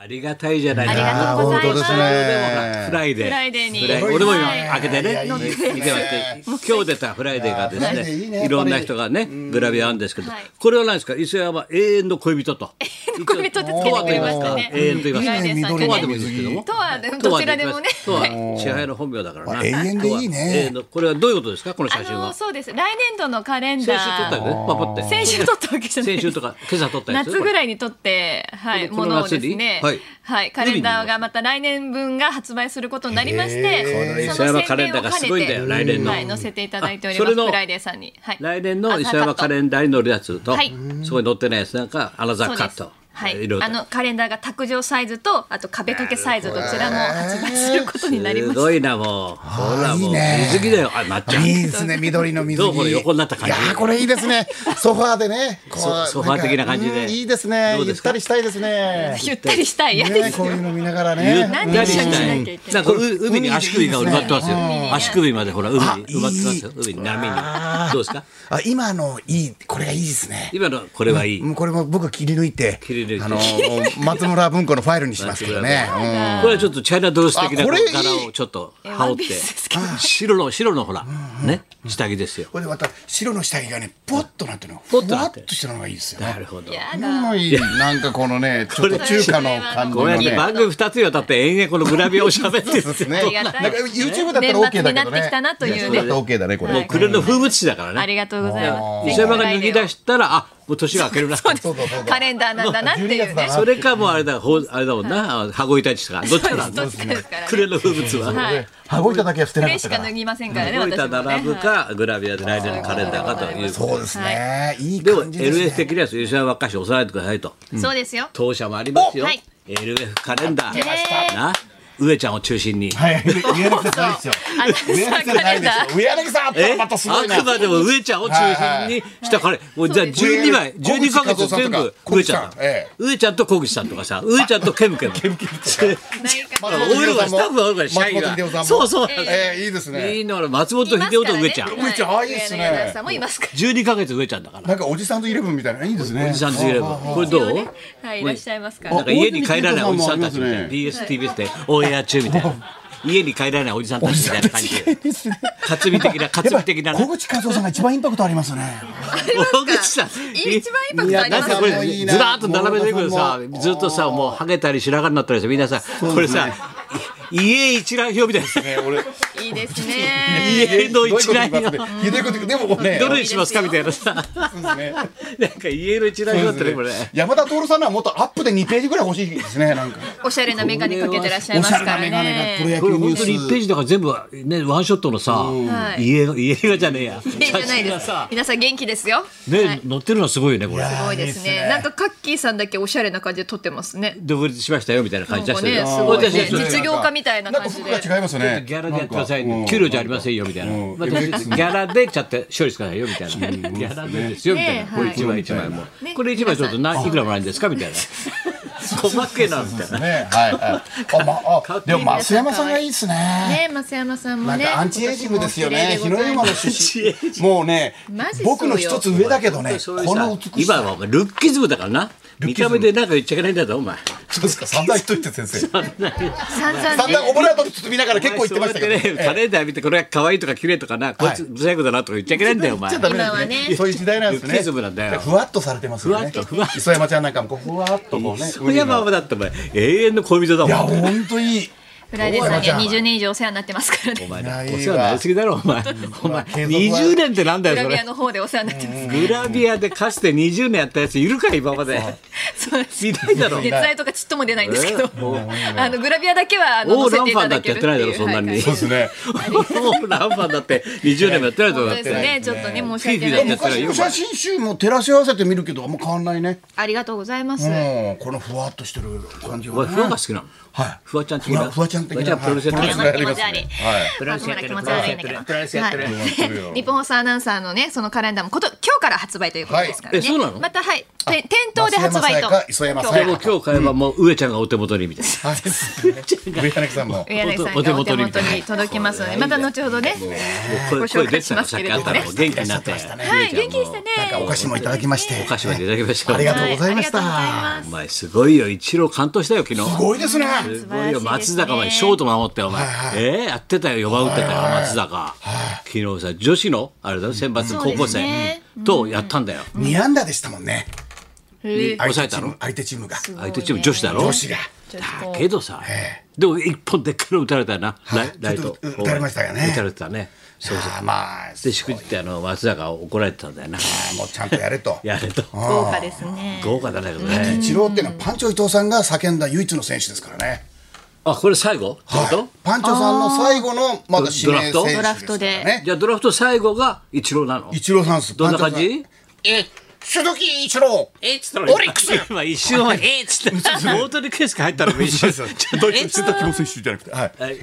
ありがたいじゃないか。ありがとうござ本います当ですねフライデー。フライデーにフライはい俺も今はい開けていね。やいいですね見てまして今日出たフライデーがでいやフライデーいすいねね、いろんな人がね、グラビアあるんですけどはい、これは何ですか伊勢山永遠の恋人と。 恋人ってつけてくれましとたねはと言いますか永遠と言いますかいいね緑とのはでもいいですけども。とはでもどちらでもねとはでもいいですとは、千早の本名だからな。あ永遠でいいねとは永遠のこれはどういうことですかこのあ写真のは。そうです来年度のカレン先ダ週撮ったよーね。パパって。先週撮ったわけじゃな先いです週とか今朝撮ったやつ。夏ぐい。らいに撮って、はい、こもののをで夏すにね、ははいい、カレンダーがまた来年分が発売することになりまして、磯山カレンダーがすごいんだよ来年のはい、載せていただいておりあまそれす。のフライデーさんに、はい、来年の磯山カンレンダーに載るやつと、はいそこに載ってないやつなんかアナザダーーカカッットト、はえーい、ろろあのカレンダーが卓上サイズとあと壁掛けサイズどちらも発売することになりますす。ごいなもうほらいもいうね水着だよあなっちゃんいいですね、緑の水着。どうこれ横になった感じいやー、これいいですね。ソファーで ね。こうソソファー的な感じでんかうんいいですね。どうゆでっすかたりしたいですね。ゆったりしたい嫌でね、すこうよ。いうの見ながゆらね。なんったでり一緒にししなないきゃいけなないんかう海に海でいいで足すね首が埋まってますようん足首までほら海にあ埋まってますよ海に波にどうですかあ、今のいい、これがいいですね。今のこれはいいうんこれも僕切り抜いて、切り抜いてあの松村文庫のファイルにしますけ どね。うんこれはちょっとチャイナドレス的なあこれいい柄をちょっとえ羽ワン織ピーってスですけど白の白のほらね下着ですよこれでまた白の下着がね、ぽっとなってるの。ぽぽっとなわっってるとしたのがいいですよなね。るほどいやだ。もういいなんかこのね、ちょっと中華の感じこのうやってね。番組二つにわたって延々このグラビアを喋ってるでってすね。りながんかたい YouTube だったら OK だけどね。年末になってきたなというねやそだったら OK だね、これ。 はい暮れの風物詩だからねありがとうございます。西山が脱ぎ出したらあもう年が明け るなそ そうそうそうカレンダーなんだなっていう12月だねな。れかもうあれだほうあれだもんな羽子板ち かどっちかだどっちかですからね暮れの風物ははい。羽子板だけは捨てこなかれっしたかか脱ら。ぎませんからね。羽子私も板ね並ぶはいかグラビアで来年のカレンダーかというそうですね。いいでも感じですね。 LF 的なやつ吉山若し押さえてくださいとそうですよ。当社もありますよおはい LF カレンダ出ましーな上ちゃんを中心にはい、上柳さんないですよ。あ上柳さんないですよ。上柳さんあったえらまたすごいな。あくまでも上ちゃんを中心にした彼、もうじゃあ12枚、小口12ヶ月全部小上口ちゃんださんええ。上ちゃんと小口さんとかさ、上ちゃんとケムケム。ないかまおだいるからスタッフがおるから、社員松本秀夫さんが。もそうそう。ええいいでいすいね。な俺松本秀夫と上ちゃん。上ちゃんあいいっすね上柳さんもいますから。 12ヶ月上ちゃんだから。なんかおじさんとイレブンみたいな。いいですね。おじさんといれば。これどうはい、いらっしゃいますかなんら。か家に帰らないおじさんたちみたいな。大 BSTBS でオンエア中みたいな。家に帰らないおじさんたちみたいな感じで。ですね。活美的な、活美的なね小。口和夫さんが一番インパクトありますね。大口さん一番インパクトあいやりますなんかこれいいなずらーっと並べていくとさもうずっとさもうハゲたり白髪になったりしてみんなさこれさい家一覧表みたいなさね、俺。いいですね。家の一覧表ひどいこと言いますねひどいこと言うでもね。どれにしますかみたいなさなんか家の一覧表ってねこれね山田徹さんのはもっとアップで2ページぐらい欲しいですねなんかおしゃれなメガネかけてらっしゃいおましゃすれなからメガネがプロこ野ね。れ本球ニュー当スに1ページだから全部ねワンショットのさはい家が家がじゃねえ やいいじゃないでがすさ。皆さん元気ですよ。ね載ってるのはすごいよねこれすごいですね。なんかカッキーさんだけおしゃれな感じで撮ってますね。独立しましたよみたいな感じ出なしんかてるね、すこごれ私いはねそれ実業家みたいななんか感じ服で。が違いますねギャラでやってください、なんか給料じゃありませんよみたいな、うん私ギャラでちゃって処理してくださいよみたいな、ギャラでですよみたいな、ねこれ一枚一枚も、これ一枚ちょっと何いくらもらえるんですかみたいな、細けえなみたいな。ねはいはいあまあでも増山さんがいいですねね、松山さんもなんね。かアンチエイジングですよ今ね年日も綺麗の山でございまのす出身もうね僕の一つ上だけどねそういうさこの美し今さはルッキズムだからな見た目でなんか言っちゃいけないんだぞお前そうですか散々言っといて先生散散々ね々オブラートに包みながら結構言ってましたそうやってけねどカレンダー見てこれが可愛いとか綺麗とかな、こいつブサイクだなとか言っちゃいけないんだよお前ちゃダメなんですねそういう時代なんですねルッキズムなんだよふわっとされてますよねふわっとふわっと磯山ちゃんなんかもこうふわっとこうねそういやまあだってお前永遠の恋人だいやもん本当いいフライデーさんには20年以上お世話になってますからね。お前いやいいおわ世話になりすぎだろお前お前継続は20年ってなんだグよラそビれアの方でお世話になってます。グラビアでかつて20年やったやついるか今まで そうです。いないだろ月愛とかちっとも出ないんですけどえ、 あのグラビアだけはあオーラの載せンていファンだただってやけるっっててないだいろう。そんなにはオいそうですねーランファンだって20年もやってないだろそうだっでてすね。ちょっとね申し訳フィなフィいだでっすて。昔の写真集も照らし合わせて見るけどあんま変わんないねありがとうございまうす。んこのふわっとしてる感じおは前ねフワが好きなのはいフワちゃん的ふわなふわちちゃん的じゃなあプロレスやってはいます山プ田ロレスや気持りち悪まいすねはい。プロレスやってるあごめんなさい気持ち悪いんだけどプロレスやってるはいプロレスやってる本当よ 日本放送アナウンサーのねそのカレンダーもこと今日から発売ということですからね、はいえそうなのまたはいて店頭で発売と増山さやか磯山さでやもかう今日買えばもう上ちゃんがお手元にみたいな。あですね。上柳さんも。上柳さんがおお手手元元にに届きますのでまた後ほどね声ご紹声介出したてまのすさけっきれどあっもたねのも元気になって。いらっしゃってましは上いちゃん元気でしたねなんかお菓子もいただきましてお。菓子までいただきました。ありがとうございましたはありがとうございまおす前すごいよ一郎完投したよ昨日。すごいですね。すごいよ松坂までショート守ってお前、えーやってたよ4番打ってたよ松坂、昨日さ女子のあれだろ選抜そう高で校すね生とやったんだよ、二安打でしたもんね。へえ抑えたの相手チームが。相手チーム女子だろ女子が。女子高だけどさえでも一本でっかいの打たれたよな、はいライライちょトっと打たれましたよね打たれてたねそうそうあーまあ、でしくじってあの松坂怒られてたんだよなもうちゃんとやれ と。やれと豪華ですね豪華だねこれね一郎っていうのはパンチョ伊藤さんが叫んだ唯一の選手ですからね。あこれ最後ってこと、パンチョさんの最後のまだ指名選手ですドかラフトらでね。じゃあドラフト最後がイチローなの一郎さんです。どんな感じえ、鈴木一郎。えっつったらオリックス今一瞬お前えっつって大谷圭介入ったのも一瞬ちょっとえっつった選手じゃなくて、はい。はい4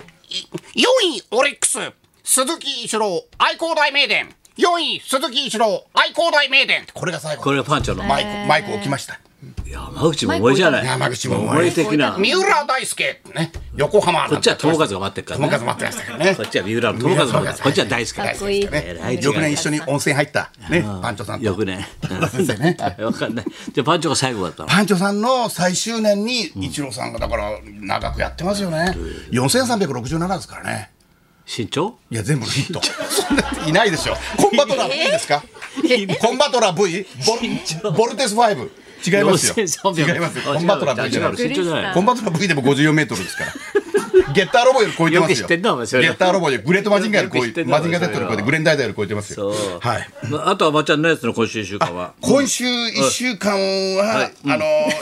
位オリックス鈴木一郎愛工大名電4位鈴木一郎愛工大名電これが最後。これがパンチョのマイク、マイク置きました。山口百恵じゃない山口百恵百恵的な三浦大輔ね、横浜。こっちは友和が待ってるから友ね和待ってましたからねこ。っちは三浦の友和が待ってるからこっちは大好きかっこいいね翌年一緒に温泉入ったね、パンチョさん と。よくね先生ね。わかんないじゃあパンチョが最後だったのパンチョさんの最終年に一郎さんがだから長くやってますよね。四千三百六十七ですからね。身長いや全部のヒット。そんないないでしょ。コンバトラー V で すか？コンバトラー V ボルボルテス5。違いますよ。 4300違いますよ。コンバトラー V じゃないです違う身長じゃない コンバトラー V でも54メートルですから。ゲッターロボより超えてますよくよ。知ってんなお前それゲッターロボよりグレートマジンガーよりよく超知えってて、んなマジンガー Z より超えて、グレンダイダーより超えてますよ。そうはい。まああとはばちゃんのやつの今週一週間は今週一週間は、あの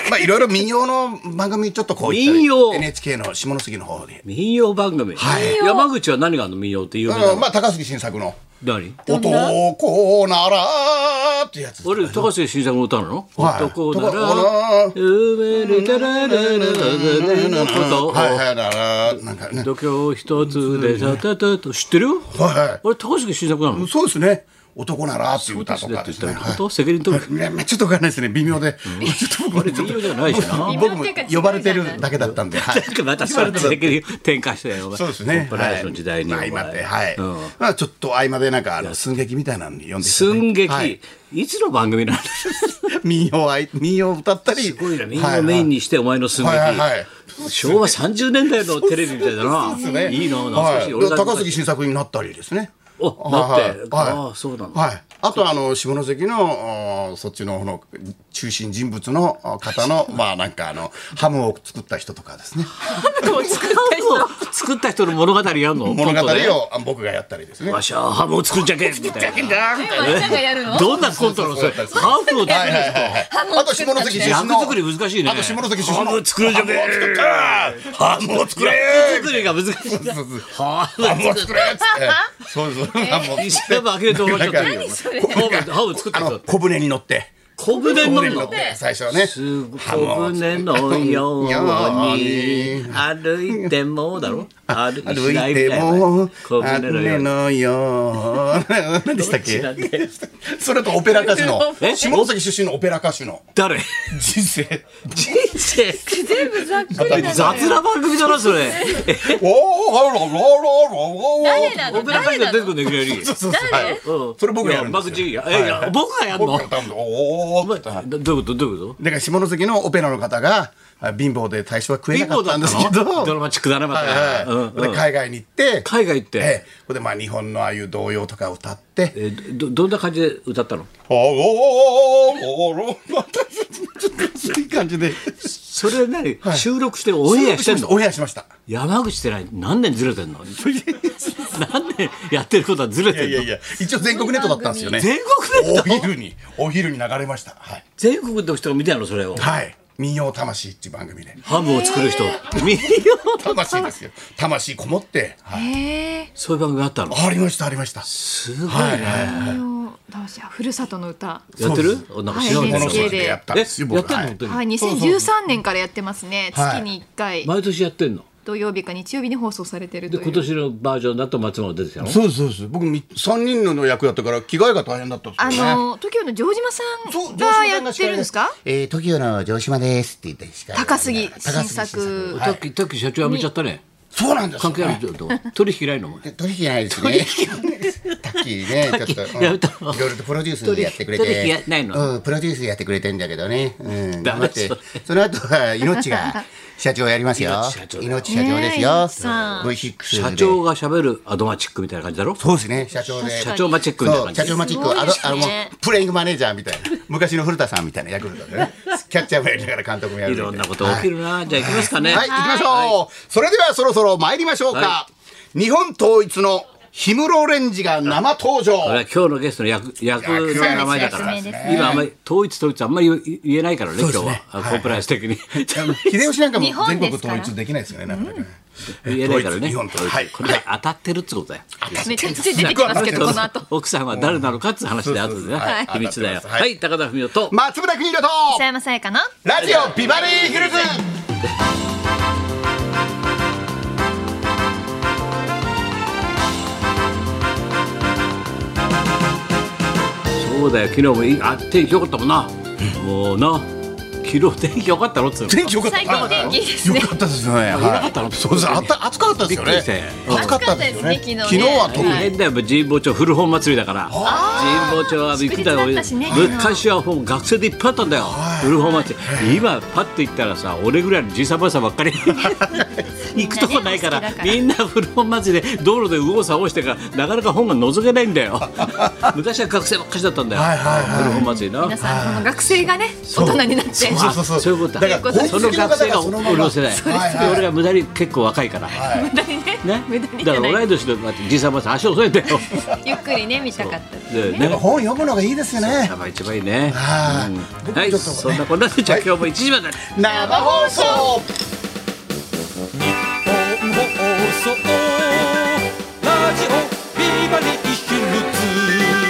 まあいろいろ民謡の番組ちょっとこういったり民謡 NHK の下関の方で、民謡番組山口は何があるの民謡って有名あなののまあ高杉晋作の何「男なら」ってやつ。俺高瀬新作の歌なの、はい男な男ならら埋めるたららららららのことをはいはいだからなんかね。度胸一つでたたたと知ってるよはいはい俺高杉新作なのそうですね。男ならっていう歌とだかってで言ったすね。らは本い当責任取るいやまあちょっとわかんないですね。微妙で。 ちょっと僕もねちょっ民謡じゃないしなと僕も呼ばれてるだけだったんで。はないんかまたそれ責任転換したよお前そうですね。コンプライアンスの時代におはい前まあ合間で、はい。うんまあちょっと合間でなんかあの寸劇みたいなのに読んでいただいて寸劇、はいい、つの番組なんだ民謡あい民謡を歌ったりすごいな民謡メインにしてお前の寸は劇、いはいはいはい昭和30年代のテレビみたいだな。そうですねいいな、懐かしい。はい、が高杉晋作になったりですねおはいなってああそうなのはいあとあの下関のおそっちの方の中心人物のお 方のまあなんかあのハムを作った人とかですねハムを作った人の物語やんの物語コントでをあ僕がやったりですねわしはハムを作っちゃけみたいなワンちゃんがやるのどんなコントなのそれそうそうハムを作るはいはいはいはいあと下関出身の役作り難しいねあと下関出身のハムを作るじゃけハムを作ったハムを作れ役作りが難しいそうそうハムハムを作れっつってそうそうハムを作れ石山明と思っちゃったよ何それハムハム作ったあ人の小舟に乗って小舟小に乗舟るに乗っのて最初はねすごいハムを小作って舟のようにように歩いてもだろ歩歩いてもあれのよう何でしたっけそれとオペラ歌手のえ下関出身のオペラ歌手の誰人生人生全部ざっくりなのよ雑な番組だなそれおーロロロロ誰なのオペラ歌手誰がな出てくのるんだよいきなりそうそうそうはいそれ僕がやるんですよいや幕内いやいやはい僕がやるの僕が歌うんでおーおーってどどういうことどういうこだから下関のオペラの方があ貧乏で最初は食えなかったんですけどとドラマチックだなまたはいうんはういんで海外に行って海外行ってええここでまあ日本のああいう童謡とか歌ってえどどんな感じで歌ったの「おおおおお」ちょっといい感じでそれ何収録してオンエアしてんのオンエアしました山口ってない何年ずれてんの何年やってることはずれいやていんやのいや一応全国ネットだったんですよね全国ネおット昼にお昼に流れましたはい、全国の人が見たのそれをはい、民謡魂っていう番組でハムを作る人見よ魂ですよ魂こもって、はい、えそういう番組あったのありましたありましたすごいはいねはいー、もうどうしようふるさとの歌やってそうるなんか知らはないいこけどの NHK 筋でやったんですよ僕えやってんのはい本当にはい2013年からやってますねはい月に一回毎年やってんの土曜日か日曜日に放送されてるとでいう今年のバージョンだと松村出てきたのそうですそうです僕み三人の役やったから着替えが大変だったんですあよねの TOKIO の城島さんがやってるんですかえー、TOKIO の城島ですって言ったりしか高杉高新杉作タッキータッキー社長辞めちゃったねそうなんです関よ係あると取引ないのお前取引ないですね。タッキーね、ちょっと、うんやめいたろいろとプロデュースやってくれて、取引やないのうん、プロデュースやってくれてんだけどね、うん、ダ頑メ張っですて、その後は命が社長やりますよ命社長。だ命社長ですよ。ねえさあ V6 で社長が喋るアドマチックみたいな感じだろそうですね、社長で。社長マチックみたいなそう感社じ長マチック、すごいあでの、すねあのもう、プレイングマネージャーみた いな、昔の古田さんみたいなヤクルトでね、キャッチャーもやりながら監督もやるいみたろんなことはい起きるなじゃあ行きますかねはい、行きましょう、それではそろそろ参りましょうか、は日本統一の氷室レンジが生登場俺は今日のゲストの役役の名前だから、そうですね今あんまり統一統一あんまり言言えないからね今日は、コンプライアンス的に秀吉なんかも日本です全か国ら統一できないですよねなかなかね言えないからね日本統一はいこれが当たってるってことだよ、めちゃくちゃ出てきますけどこの後 奥さんは誰なのかって話で後でね、はい秘密だよ当たっはてますい、はい高田文夫 と、松村邦洋と北山さやかのラジオビバリーヒルズそうだよ昨日もいいあ天気良かったもんな、もうな昨日天気良かったのっつうの天気良かった最近天気いいですねよかったですねはいかったのそうですあった暑かったですよびっくねりして暑かったですよね暑かったですね昨昨日日ねは特大変だよ神保町古本祭りだから神保町はびっくりだよ祝日だったしね昔はもう学生でいっぱいあったんだよ古本祭り今パッと行ったらさ俺ぐらいのじいさんばあさんばっかり行くとこないからみんなねお好きみんだからな古本祭りで道路で右往左往してからなかなか本が覗けないんだよ昔は学生ばっかしだったんだよはいはいはい古本祭りな皆さんこの学生がね大人になってそうそうそうそういうことだだからその学生がそのまま潤せないそうですで俺が無駄に結構若いから無駄にねね無駄にじだかゃらな同いい年のじいさんばあさん足遅いんだよゆっくりね見たかったですでやっぱね本読むのがいいですよねやばい一番いいね。はういんはい、僕もちょっとそんなこんなでじゃあ今日も一時まで。生放送放送ラジオビバリーヒルズ」